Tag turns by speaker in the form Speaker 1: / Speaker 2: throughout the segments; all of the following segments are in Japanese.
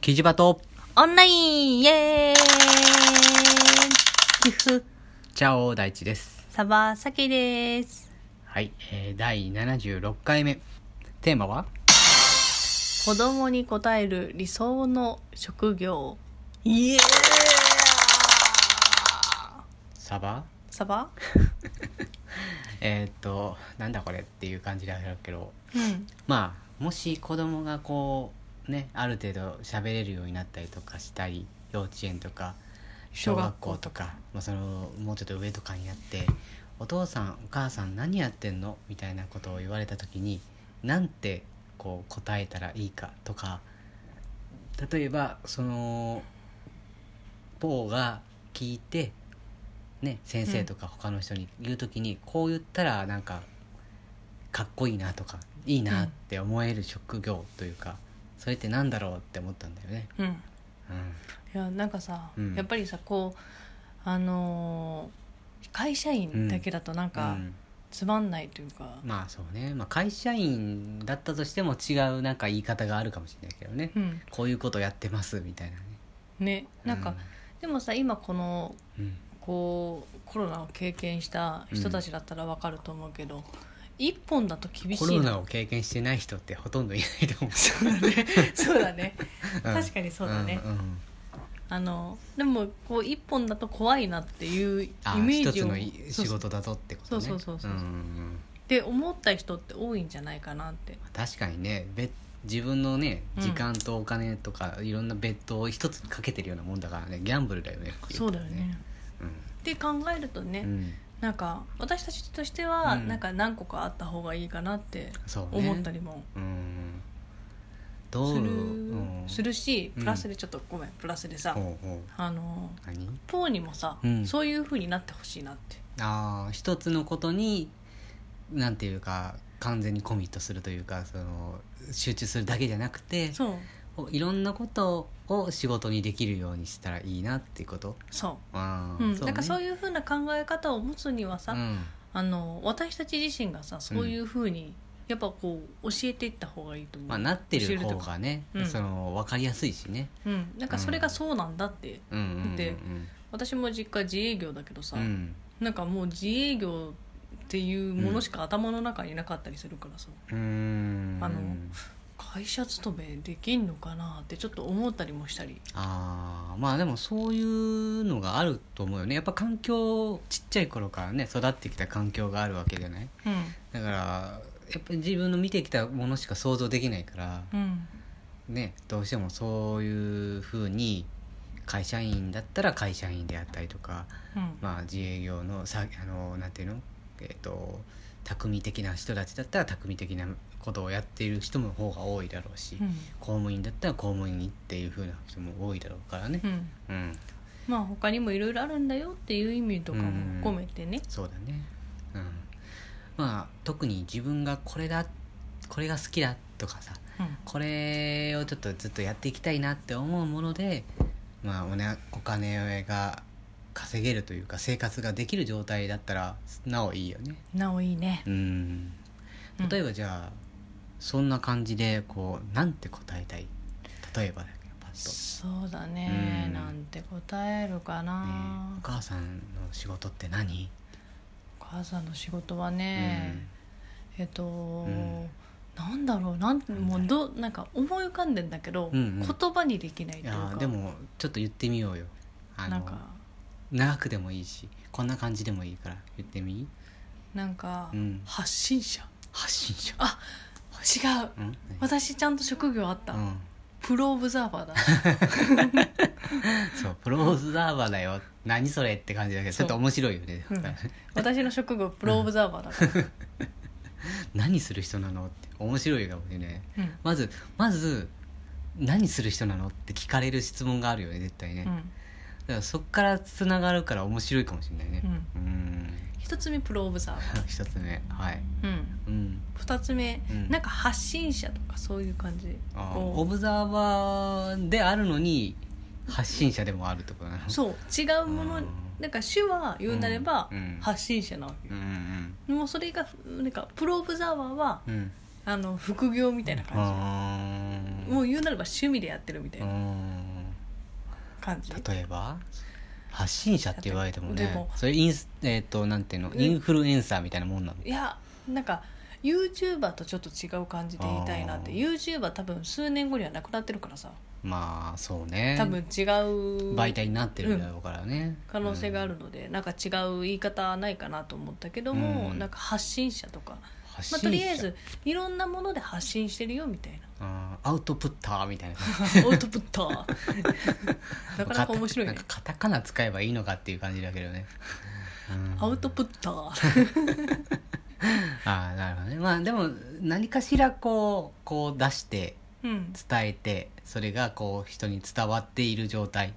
Speaker 1: キジバト、
Speaker 2: オンラインイエーイ岐阜、
Speaker 1: チャオ大地です。
Speaker 2: サバサケです。
Speaker 1: はい、えー、第76回目。テーマは
Speaker 2: 子供に答える理想の職業。イエーイ
Speaker 1: サバ
Speaker 2: サバ
Speaker 1: えー、っと、なんだこれっていう感じだけど、
Speaker 2: うん。
Speaker 1: まあ、もし子供がこう、ね、ある程度喋れるようになったりとかしたり、幼稚園とか、小学校とか、まあ、その、もうちょっと上とかになって、お父さん、お母さん何やってんのみたいなことを言われた時に、なんてこう答えたらいいかとか、例えばそのポーが聞いて、ね、先生とか他の人に言う時に、こう言ったらなんかかっこいいなとかいいなって思える職業というか、それってなんだろうって思ったんだよね。
Speaker 2: うん。い
Speaker 1: うん
Speaker 2: や、なんかさ、
Speaker 1: うん
Speaker 2: やっぱりさ、こう、あのー会社員だけだとなんか
Speaker 1: うん
Speaker 2: つまんないというか、
Speaker 1: まあそうね、まあ、会社員だったとしても違うなんか言い方があるかもしれないけどね、
Speaker 2: うん、
Speaker 1: こういうことやってますみたいなね。
Speaker 2: ねなんか、でもさ今この
Speaker 1: うん、うん
Speaker 2: こうコロナを経験した人たちだったらわかると思うけど、一本だと厳し
Speaker 1: コ
Speaker 2: い
Speaker 1: ロ
Speaker 2: な
Speaker 1: ナを経験してない人ってほとんどいないと思う。
Speaker 2: そうだねそうだね確かにそうだね、
Speaker 1: んうん
Speaker 2: あのでもこう一本だと怖いなっていうイ
Speaker 1: あ
Speaker 2: メー
Speaker 1: 一
Speaker 2: ジ
Speaker 1: つ
Speaker 2: を
Speaker 1: のい仕
Speaker 2: そうそうっ
Speaker 1: 事だぞってことね
Speaker 2: そうそうそうそう
Speaker 1: うんうんうん
Speaker 2: て思った人って多いんじゃないかなって
Speaker 1: 確かにねべ自分のね
Speaker 2: うん
Speaker 1: 時間とお金とか、いろんなベッドを一つかけてるようなもんだからねギャンブルだよね
Speaker 2: そうだよねって考えるとね、
Speaker 1: うん、うん
Speaker 2: なんか私たちとしては、
Speaker 1: うん
Speaker 2: なんか何個かあった方がいいかなって
Speaker 1: そうね
Speaker 2: 思ったりも
Speaker 1: うん
Speaker 2: す
Speaker 1: どう
Speaker 2: る,、
Speaker 1: うん、
Speaker 2: するし
Speaker 1: うん
Speaker 2: プラスでちょっとごめんプラスでさ、
Speaker 1: ほうほう
Speaker 2: あの
Speaker 1: 何
Speaker 2: ポーにもさ、
Speaker 1: うん
Speaker 2: そういう風になってほしいなって
Speaker 1: あー一つのことになんていうか完全にコミットするというかその集中するだけじゃなくて
Speaker 2: そう
Speaker 1: いろんなことを仕事にできるようにしたらいいなっていうこと
Speaker 2: そ
Speaker 1: あ
Speaker 2: う、
Speaker 1: ー
Speaker 2: うん
Speaker 1: ね
Speaker 2: なんかそういう風な考え方を持つにはさ、
Speaker 1: うん
Speaker 2: あの私たち自身がさそういう風に、やっぱこう教えていった方がいいと思う、
Speaker 1: まあ、なって
Speaker 2: 教
Speaker 1: る
Speaker 2: えと
Speaker 1: 方
Speaker 2: か
Speaker 1: がね、
Speaker 2: うん
Speaker 1: その分かりやすいしね、
Speaker 2: うん、なんかそれ
Speaker 1: う
Speaker 2: が
Speaker 1: ん
Speaker 2: そうなんだって、
Speaker 1: うんうんうんうん、
Speaker 2: で私も実家自営業だけどさ、
Speaker 1: うん
Speaker 2: なんかもう自営業っていうものしか頭の中になかったりするからさ、
Speaker 1: うーん
Speaker 2: あの会社勤めできんのかなってちょっと思ったりもしたり
Speaker 1: あーまあでもそういうのがあると思うよねやっぱ環境ちっちゃい頃からね育ってきた環境があるわけじゃない
Speaker 2: うん
Speaker 1: だからやっぱり自分の見てきたものしか想像できないから、
Speaker 2: うん
Speaker 1: ねどうしてもそういうふうに会社員だったら会社員であったりとか、
Speaker 2: うん
Speaker 1: まあ、自営業のさあのなんていうのえっ、と匠的な人たちだったら匠的なことをやっている人の方が多いだろうし、
Speaker 2: うん
Speaker 1: 公務員だったら公務員っていうふうな人も多いだろうからね、
Speaker 2: うん
Speaker 1: うん
Speaker 2: まあ他にもいろいろあるんだよっていう意味とかも含めてね、
Speaker 1: そうだね、うん、まあ特に自分がこれだこれが好きだとかさこれをちょっとずっとやっていきたいなって思うもので、まあ、おねお金が稼げるというか生活ができる状態だったらなおいいよね。
Speaker 2: なおいいね
Speaker 1: うん
Speaker 2: うん
Speaker 1: 例えばじゃあ、そんな感じでこうなんて答えたい例えばだけどパッ
Speaker 2: そうだね、
Speaker 1: うん
Speaker 2: なんて答えるか
Speaker 1: と、ね
Speaker 2: な
Speaker 1: え、お母さんの仕事って何、
Speaker 2: お母さんの仕事はね、えっと、
Speaker 1: ん
Speaker 2: なんだろうなんもうどなんか思い浮かんでんだけど、
Speaker 1: うんうん
Speaker 2: 言葉にできないと
Speaker 1: う
Speaker 2: い
Speaker 1: ん、
Speaker 2: う
Speaker 1: い
Speaker 2: か
Speaker 1: やでもちょっと言ってみようよあ
Speaker 2: なん
Speaker 1: の
Speaker 2: か
Speaker 1: 長くでもいいしこんな感じでもいいから言ってみ、
Speaker 2: なんか、
Speaker 1: うん、
Speaker 2: 発信者
Speaker 1: 発信者、
Speaker 2: あ違う
Speaker 1: うん、
Speaker 2: 私ちゃんと職業あった、
Speaker 1: うん
Speaker 2: プロオブザーバーだ
Speaker 1: そうプロオブザーバーだよ何それって感じだけどち
Speaker 2: そ
Speaker 1: ょ
Speaker 2: う
Speaker 1: っと面白いよね、
Speaker 2: うん私の職業プロオブザーバーだから、
Speaker 1: 何する人なのって面白いかもしれない
Speaker 2: うん
Speaker 1: まずまず何する人なのって聞かれる質問があるよね絶対ね、だ
Speaker 2: うん
Speaker 1: からそっからつながるから面白いかもしれないねうん
Speaker 2: 一つ目プロオブザーバー、
Speaker 1: ん一つ目はい
Speaker 2: うん、
Speaker 1: うん
Speaker 2: 二つ目、
Speaker 1: うん
Speaker 2: なんか発信者とかそういう感じ
Speaker 1: あーオ
Speaker 2: こ
Speaker 1: ブザーバーであるのに発信者でもあるってことなの
Speaker 2: うそう違うもの
Speaker 1: うん
Speaker 2: なんか手話言うなれば
Speaker 1: うんうん
Speaker 2: 発信者なわけ
Speaker 1: う
Speaker 2: よ、
Speaker 1: ん
Speaker 2: もうそれがなんかプロ・オブ・ザ・ワーは
Speaker 1: うんうん
Speaker 2: あの副業みたいな感じもう
Speaker 1: う
Speaker 2: 言うなれば趣味でやってるみたい
Speaker 1: ーんうー
Speaker 2: なん感じ
Speaker 1: 例えば発信者って言われてもね
Speaker 2: でも
Speaker 1: それインスえっ、となんていうの
Speaker 2: うん
Speaker 1: インフルエンサーみたいなもんなの
Speaker 2: いやなんか YouTuber とちょっと違う感じで言いたいなって
Speaker 1: あ
Speaker 2: YouTuber 多分数年後にはなくなってるからさ
Speaker 1: まあそうね
Speaker 2: 多分違う
Speaker 1: 媒体になってるんだろうからね、
Speaker 2: 可能性があ
Speaker 1: る、
Speaker 2: るので、なんか違う言い方ないかなと思ったけども、
Speaker 1: うん
Speaker 2: なんか発信者とか、
Speaker 1: 発
Speaker 2: ま
Speaker 1: 信
Speaker 2: あ、
Speaker 1: 者
Speaker 2: とりあえずいろんなもので発信してるよみたい な
Speaker 1: あーアウトプッターみたいな感じ
Speaker 2: アウトプッ ト なかなか面白い
Speaker 1: なん
Speaker 2: ね
Speaker 1: かカタカナ使えばいいのかっていう感じだけど ね、うん
Speaker 2: アウトプット
Speaker 1: ああなるほどねまあでも何かしらこうこう出して
Speaker 2: うん
Speaker 1: 伝えてそれがこう人に伝わっている状態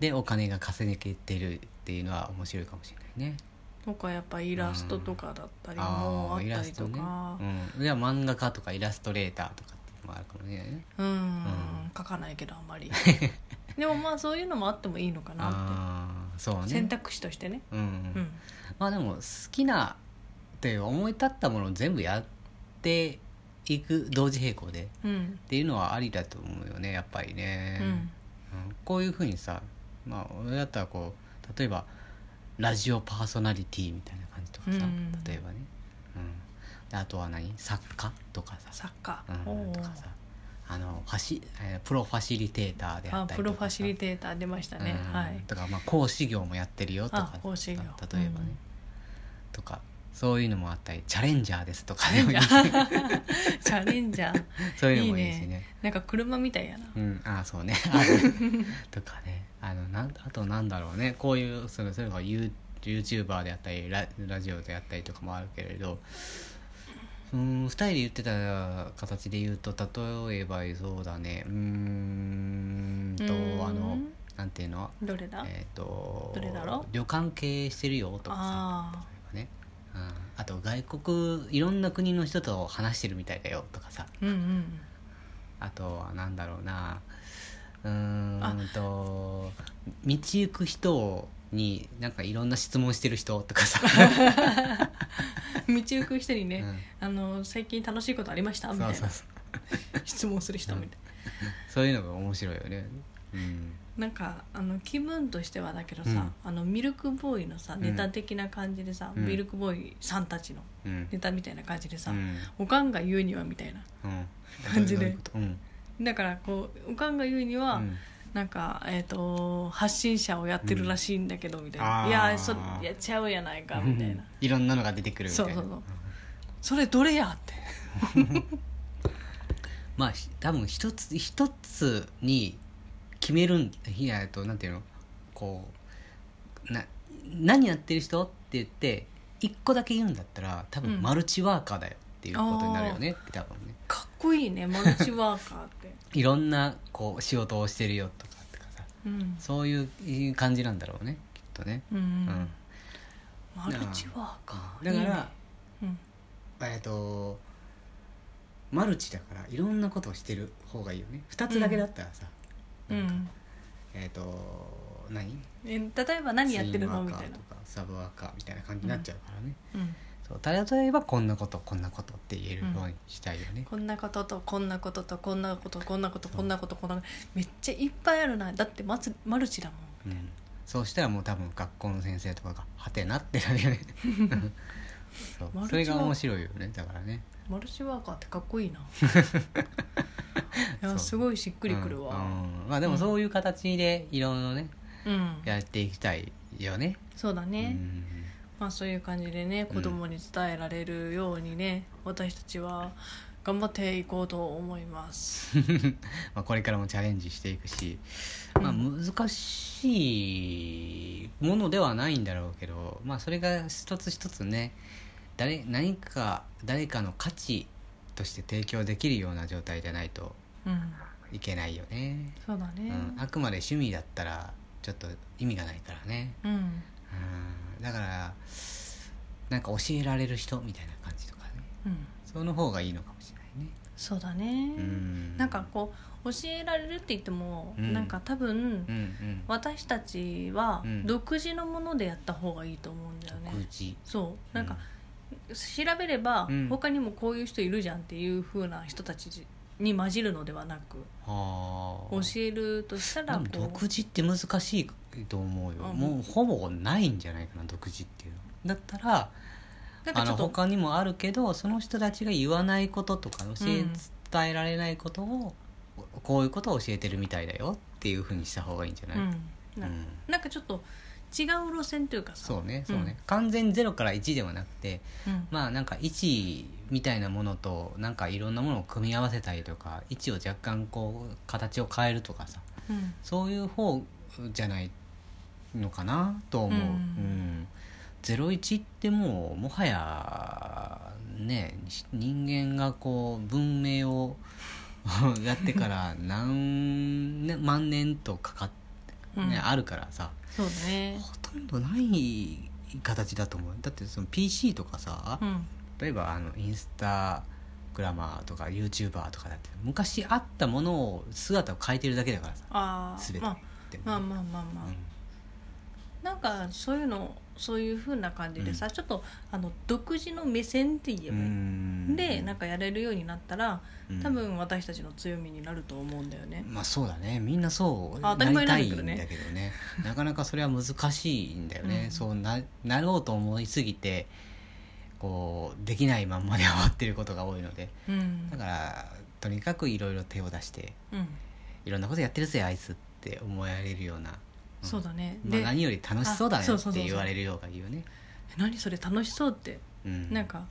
Speaker 1: でお金が稼げてるっていうのは面白いかもしれないね
Speaker 2: とかやっぱイラストとかだったり
Speaker 1: あ
Speaker 2: もあ
Speaker 1: あ
Speaker 2: っ
Speaker 1: イ
Speaker 2: た
Speaker 1: ラ
Speaker 2: り
Speaker 1: ス
Speaker 2: と
Speaker 1: トね、
Speaker 2: か、
Speaker 1: うん、じゃあ漫画家とかイラストレーターとかっていうのもあるかもしれないね
Speaker 2: うん
Speaker 1: う
Speaker 2: 書かないけどあんまりでもまあそういうのもあってもいいのかな
Speaker 1: あ
Speaker 2: っ
Speaker 1: あそう
Speaker 2: て、
Speaker 1: ね
Speaker 2: 選択肢としてね、
Speaker 1: うんうん
Speaker 2: うん、
Speaker 1: まあでも好きなって思い立ったものを全部やっていく同時並行で
Speaker 2: うん
Speaker 1: っていうのはありだと思うよねやっぱりね、
Speaker 2: うん
Speaker 1: うんこういうふうにさまあ俺だったらこう例えばラジオパーソナリティみたいな感じとかさ、
Speaker 2: うん
Speaker 1: 例えばね、うん、であとは何作家とかさ
Speaker 2: サッカー、
Speaker 1: うん、
Speaker 2: お
Speaker 1: とか
Speaker 2: ー
Speaker 1: さあのファシ、えープロファシリテーターであ
Speaker 2: あ
Speaker 1: ったりとかさ
Speaker 2: プロファシリテーター出ましたね、
Speaker 1: うん
Speaker 2: はい
Speaker 1: とか、まあ、講師業もやってるよとか
Speaker 2: あ講師業
Speaker 1: 例えばね、
Speaker 2: うん
Speaker 1: とかそういうのもあったりチャレンジャーですとか
Speaker 2: チ
Speaker 1: で
Speaker 2: ャ
Speaker 1: も
Speaker 2: レン
Speaker 1: い
Speaker 2: ジ
Speaker 1: い
Speaker 2: ャ
Speaker 1: し
Speaker 2: ー チャレンジャー
Speaker 1: そういうのもいいしね
Speaker 2: いいなんか車みたいやな
Speaker 1: うん、あそうねあるとかねあのなんあとなんだろうねこういうそれそれがユー YouTuber であったりララジオであったりとかもあるけれどうん2人で言ってた形で言うと例えばそうだねうーんと
Speaker 2: うーん
Speaker 1: あのなんていうの
Speaker 2: どれだ、
Speaker 1: えっ、と
Speaker 2: どれだろう
Speaker 1: 旅館経営してるよとかさ
Speaker 2: ああ
Speaker 1: 例えばね、うん、あと外国いろんな国の人と話してるみたいだよとかさ
Speaker 2: うんうん
Speaker 1: あとはなんだろうなうーんと道行く人になんかいろんな質問してる人とかさ、
Speaker 2: 道行く人に
Speaker 1: うん
Speaker 2: ね、あの最近楽しいことありましたみた
Speaker 1: そ
Speaker 2: いうな
Speaker 1: そうそう
Speaker 2: 質問する人みたいな、
Speaker 1: そういうのが面白いよね、うん、
Speaker 2: なんかあの気分としてはだけどさ、
Speaker 1: うん
Speaker 2: あのミルクボーイのさ
Speaker 1: ん
Speaker 2: ネタ的な感じでさ、
Speaker 1: うん
Speaker 2: ミルクボーイさんたちの
Speaker 1: うん
Speaker 2: ネタみたいな感じでさ、
Speaker 1: うん
Speaker 2: おかんが言うにはみたいな
Speaker 1: うん
Speaker 2: 感じ
Speaker 1: ど
Speaker 2: で
Speaker 1: ういうことうん
Speaker 2: だからこうおかんが言うに
Speaker 1: う
Speaker 2: は、
Speaker 1: ん
Speaker 2: なんか、えー、と発信者をやってるらしいんだけどみたいな、
Speaker 1: うん
Speaker 2: いや
Speaker 1: あー
Speaker 2: ーそやっちゃうやないかみたいな、
Speaker 1: いろんなのが出てくるみたいな
Speaker 2: そうそうそうそれどれやって
Speaker 1: まあひ多分一つ一つに決めるんいやえっとなんていうのこうな何やってる人って言って一個だけ言うんだったら多
Speaker 2: うん
Speaker 1: 分マルチワーカーだよっていうことになるよね、多分ね
Speaker 2: かっこいいねマルチワーカーって、
Speaker 1: いろんなこう仕事をしてるよとかとかさ
Speaker 2: うん
Speaker 1: そういういう感じなんだろうねきっとね、
Speaker 2: うん
Speaker 1: う
Speaker 2: マルチワーカー
Speaker 1: だから、
Speaker 2: いいね
Speaker 1: えっとマルチだからいろんなことをしてる方がいいよね二つだけだったらさ、
Speaker 2: うん、うん
Speaker 1: えっ、と何
Speaker 2: え例えば何やってるのみた
Speaker 1: スイマーカ
Speaker 2: いな
Speaker 1: ーとかサブワーカーみたいな感じになっちゃうからね、
Speaker 2: うん、
Speaker 1: そう例えばこんなことこんなことって言えるようにしたいよね、
Speaker 2: こんなこととこんなこととこんなことこんなことこんなことこんなことめっちゃいっぱいあるなだってまずマルチだもん
Speaker 1: うんそうしたらもう多分学校の先生とかが「はてな」ってなる よねそう
Speaker 2: マルチワー
Speaker 1: それが面白いよねだからね
Speaker 2: マルチワーカーってかっこ いいない
Speaker 1: そ
Speaker 2: や
Speaker 1: う
Speaker 2: すごいしっくりくるわ
Speaker 1: うんうんまあでもそういう形でいろいろね、
Speaker 2: うん、
Speaker 1: やっていきたいよね
Speaker 2: そうだね、
Speaker 1: うん
Speaker 2: まあそういう感じでね子供に伝えられるようにね、私たちは頑張っていこうと思います。
Speaker 1: まあこれからもチャレンジしていくし、
Speaker 2: うん
Speaker 1: まあ、難しいものではないんだろうけど、まあ、それが一つ一つね誰何か誰かの価値として提供できるような状態じゃないと
Speaker 2: うん、
Speaker 1: いけないよね、
Speaker 2: そうだ
Speaker 1: う
Speaker 2: ね。
Speaker 1: ん、あくまで趣味だったらちょっと意味がないからね、
Speaker 2: うん、
Speaker 1: うん、だからなんか教えられる人みたいな感じとかね
Speaker 2: うん
Speaker 1: その方がいいのかもしれないね
Speaker 2: そうだね。
Speaker 1: うん
Speaker 2: なんかこう教えられるって言っても、
Speaker 1: うん
Speaker 2: なんか多分、
Speaker 1: うんうん
Speaker 2: 私たちは
Speaker 1: うん
Speaker 2: 独自のものでやった方がいいと思うんだよね。
Speaker 1: 独自
Speaker 2: そうなんか、調べれば、
Speaker 1: うん
Speaker 2: 他にもこういう人いるじゃんっていう風な人たちに混じるのではなく
Speaker 1: あ
Speaker 2: 教
Speaker 1: あ
Speaker 2: えるとした
Speaker 1: で
Speaker 2: ら
Speaker 1: も
Speaker 2: こ
Speaker 1: 独
Speaker 2: う
Speaker 1: 自って難しいと思うよ、
Speaker 2: うん
Speaker 1: もうほぼないんじゃないかな独自っていうのだったら
Speaker 2: なん
Speaker 1: あ
Speaker 2: かちょ
Speaker 1: の
Speaker 2: っと
Speaker 1: 他にもあるけどその人たちが言わないこととか教え、
Speaker 2: うん
Speaker 1: 伝えられないことをこういうことを教えてるみたいだよっていうふうにした方がいいんじゃない、
Speaker 2: うんな
Speaker 1: うん
Speaker 2: なんかちょっと違う路線というかさ
Speaker 1: そうねそうね、完全ゼロから1ではなくて
Speaker 2: うん
Speaker 1: まあなんか1みたいなものとなんかいろんなものを組み合わせたりとか1を若干こう形を変えるとかさ
Speaker 2: うん
Speaker 1: そういう方じゃないのかなと思う。う
Speaker 2: うん
Speaker 1: ん01ってもうもはやねし人間がこう文明を やってから何年万年とかかっ、
Speaker 2: う
Speaker 1: ね
Speaker 2: ん
Speaker 1: あるからさ
Speaker 2: そうね
Speaker 1: ほとんどない形だと思うだってその PC とかさ、
Speaker 2: うん
Speaker 1: 例えばあのインスタグラマーとか YouTuber とかだって昔あったものを姿を変えてるだけだからさ
Speaker 2: ああ
Speaker 1: 全て
Speaker 2: まあ
Speaker 1: でも
Speaker 2: まあまあまあまあ、なんかそういうのそういう風な感じでさ、ちょっとあの独自の目線って言えばいい、でなん
Speaker 1: か、
Speaker 2: かやれるようになったら
Speaker 1: うん
Speaker 2: 多分私たちの強みになると思うんだよね、
Speaker 1: まあそうだねみんなそうな
Speaker 2: あ当たり前
Speaker 1: り
Speaker 2: な
Speaker 1: た
Speaker 2: んだ
Speaker 1: い
Speaker 2: け
Speaker 1: んだ
Speaker 2: ど
Speaker 1: けど
Speaker 2: ね
Speaker 1: ねなかなかそれは難しいんだよね、
Speaker 2: うん
Speaker 1: そうななろうと思いすぎてこうできないまんまで終わってることが多いので
Speaker 2: うん
Speaker 1: だからとにかくいろいろ手を出して
Speaker 2: うん、
Speaker 1: いろんなことやってるぜあいつって思われるような、うん
Speaker 2: そうだね、
Speaker 1: まあ、
Speaker 2: で何
Speaker 1: 何より楽しそうだね
Speaker 2: あそうそう
Speaker 1: って
Speaker 2: そうそう
Speaker 1: 言われるようがいいよね。
Speaker 2: それ楽しそうって、
Speaker 1: うん
Speaker 2: なん、か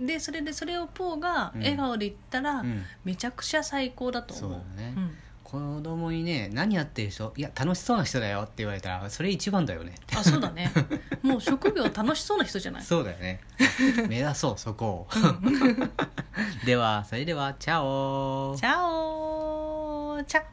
Speaker 2: でそれでそれをポーが
Speaker 1: うん
Speaker 2: 笑顔で言ったら、
Speaker 1: うん、
Speaker 2: めちゃくちゃ最高だと
Speaker 1: そう
Speaker 2: 思
Speaker 1: だ
Speaker 2: う
Speaker 1: ね、
Speaker 2: うん
Speaker 1: 子供にね「何やってる人いや楽しそうな人だよ」って言われたらそれ一番だよねって
Speaker 2: あそうだねもう職業楽しそうな人じゃない
Speaker 1: そうだよ ね目指そうそこを ではそれではチャオ
Speaker 2: チャオーチャッ